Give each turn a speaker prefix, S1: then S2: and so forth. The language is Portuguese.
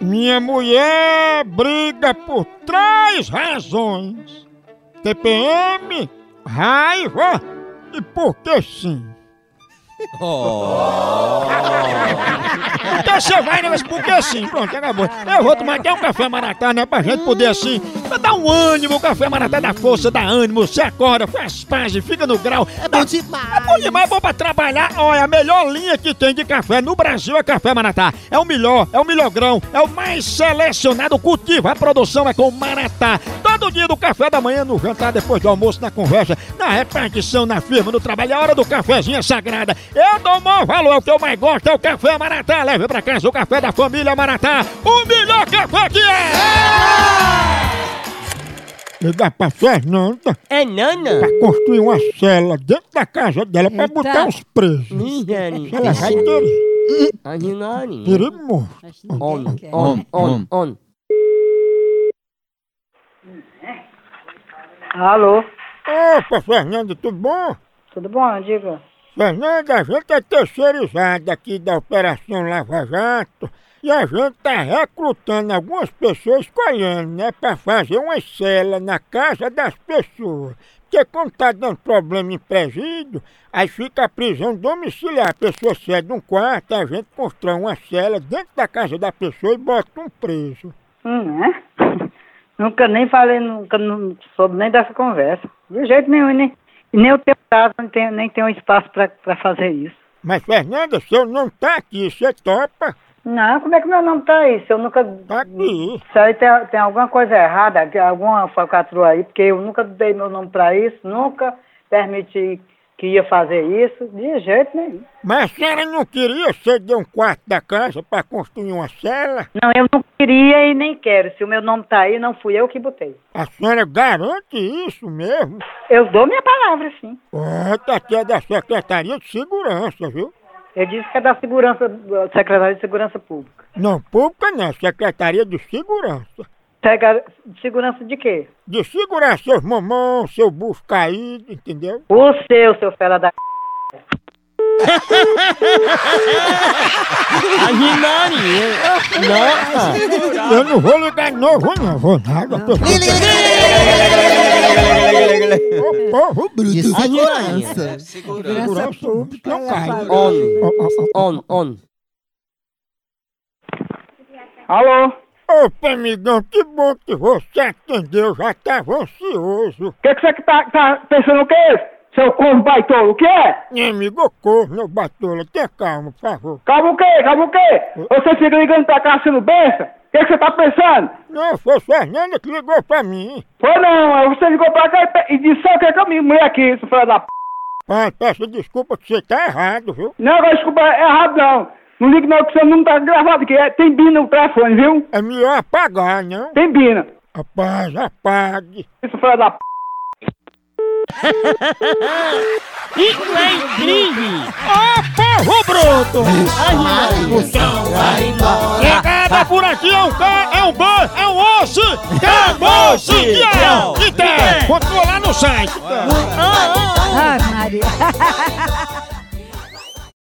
S1: Minha mulher briga por três razões: TPM, raiva e porque sim.
S2: Oh.
S1: Então você vai, né? Mas porque sim, pronto, acabou. Eu vou tomar até um café maratá, né? Pra gente poder assim, pra dar um ânimo. O café maratá dá força, dá ânimo. Você acorda, faz paz, fica no grau.
S2: É
S1: dá
S2: bom
S1: é
S2: demais.
S1: bom demais, bom pra trabalhar. Olha, a melhor linha que tem de café no Brasil é Café Maratá. É o melhor, é o melhor grão, é o mais selecionado cultivo. A produção é com Maratá. Todo dia do café da manhã, no jantar, depois do almoço, na conversa, na repartição, na firma, no trabalho. É hora do cafezinho sagrada. Eu dou maior valor, é o que eu mais gosto é o Café Maratá. Leve pra casa o café da família Maratá. O melhor café que é! Ligar pra Fernanda
S3: É nana?
S1: pra construir uma cela dentro da casa dela pra
S3: Eita.
S1: botar os presos.
S3: Nihani.
S1: Ela vai ter
S3: Aninani.
S1: perigo morto.
S3: On, on, on, on.
S4: Alô,
S1: Opa, Fernanda, tudo bom?
S4: tudo bom? Diga.
S1: Fernanda, a gente é terceirizada aqui da Operação Lava Jato e a gente tá recrutando algumas pessoas escolhendo, né, pra fazer uma cela na casa das pessoas. Porque quando tá dando problema em presídio, aí fica a prisão domiciliar. A pessoa cede um quarto, a gente constrói uma cela dentro da casa da pessoa e bota um preso.
S4: Hum, é? Nunca nem falei, nunca não soube nem dessa conversa. De jeito nenhum, e nem, e nem eu tenho casa, nem tenho, nem tenho espaço pra, pra fazer isso.
S1: Mas, Fernanda, seu nome tá aqui, você topa?
S4: Não, como é que meu nome tá aí? Se eu nunca.
S1: Tá aqui.
S4: Isso aí tem, tem alguma coisa errada, tem alguma falcatrua aí, porque eu nunca dei meu nome pra isso, nunca permiti que ia fazer isso, de jeito nenhum.
S1: Mas a senhora não queria ceder um quarto da casa para construir uma cela?
S4: Não, eu não queria e nem quero. Se o meu nome tá aí, não fui eu que botei.
S1: A senhora garante isso mesmo?
S4: Eu dou minha palavra, sim.
S1: Ó, tá aqui é da Secretaria de Segurança, viu?
S4: Eu disse que é da segurança, da Secretaria de Segurança Pública.
S1: Não pública não, Secretaria de Segurança.
S4: Sega- Segurança de quê?
S1: De segurar seus mamão, seu bucho caído, entendeu?
S4: O seu, seu fera da... c****.
S3: Aninani. é. Nossa.
S1: Eu não vou ligar de novo não, vou nada. Tô... Ô, povo bruto.
S2: De segurança.
S3: segurança.
S1: Segurança pública não cai. Ó,
S3: On,
S1: ó, ó, ó.
S3: on, on.
S4: Alô?
S1: Ô, Pamigão, que bom que você atendeu, já tava ansioso.
S4: O que, que você que tá, tá pensando o que é isso? Seu corno baitola, o que é?
S1: Minha amiga, corno, batola, tenha calma, por favor.
S4: Calma o quê? Calma o quê? Você fica ligando pra cá sendo benção? O que, que você tá pensando?
S1: Não, foi Fernanda que ligou pra mim.
S4: Foi não, aí você ligou pra cá e pe- e disse só o que é que a minha mulher aqui, seu fera da... p****.
S1: Pai, peço desculpa que você tá errado, viu?
S4: Não, agora desculpa, é errado não. Não liga não, que seu número tá gravado aqui. É, tem bina no telefone, viu?
S1: É melhor apagar, não?
S4: Tem bina.
S1: Rapaz, apague.
S4: Isso, fera da... p****.
S3: Isso é incrível.
S1: Ah, Ô, bruto! Chegada por aqui é um K, é um B, é um osso! Então, Acabou-se! Que é? Que tem? Continua lá no site!
S5: Ah, Maria.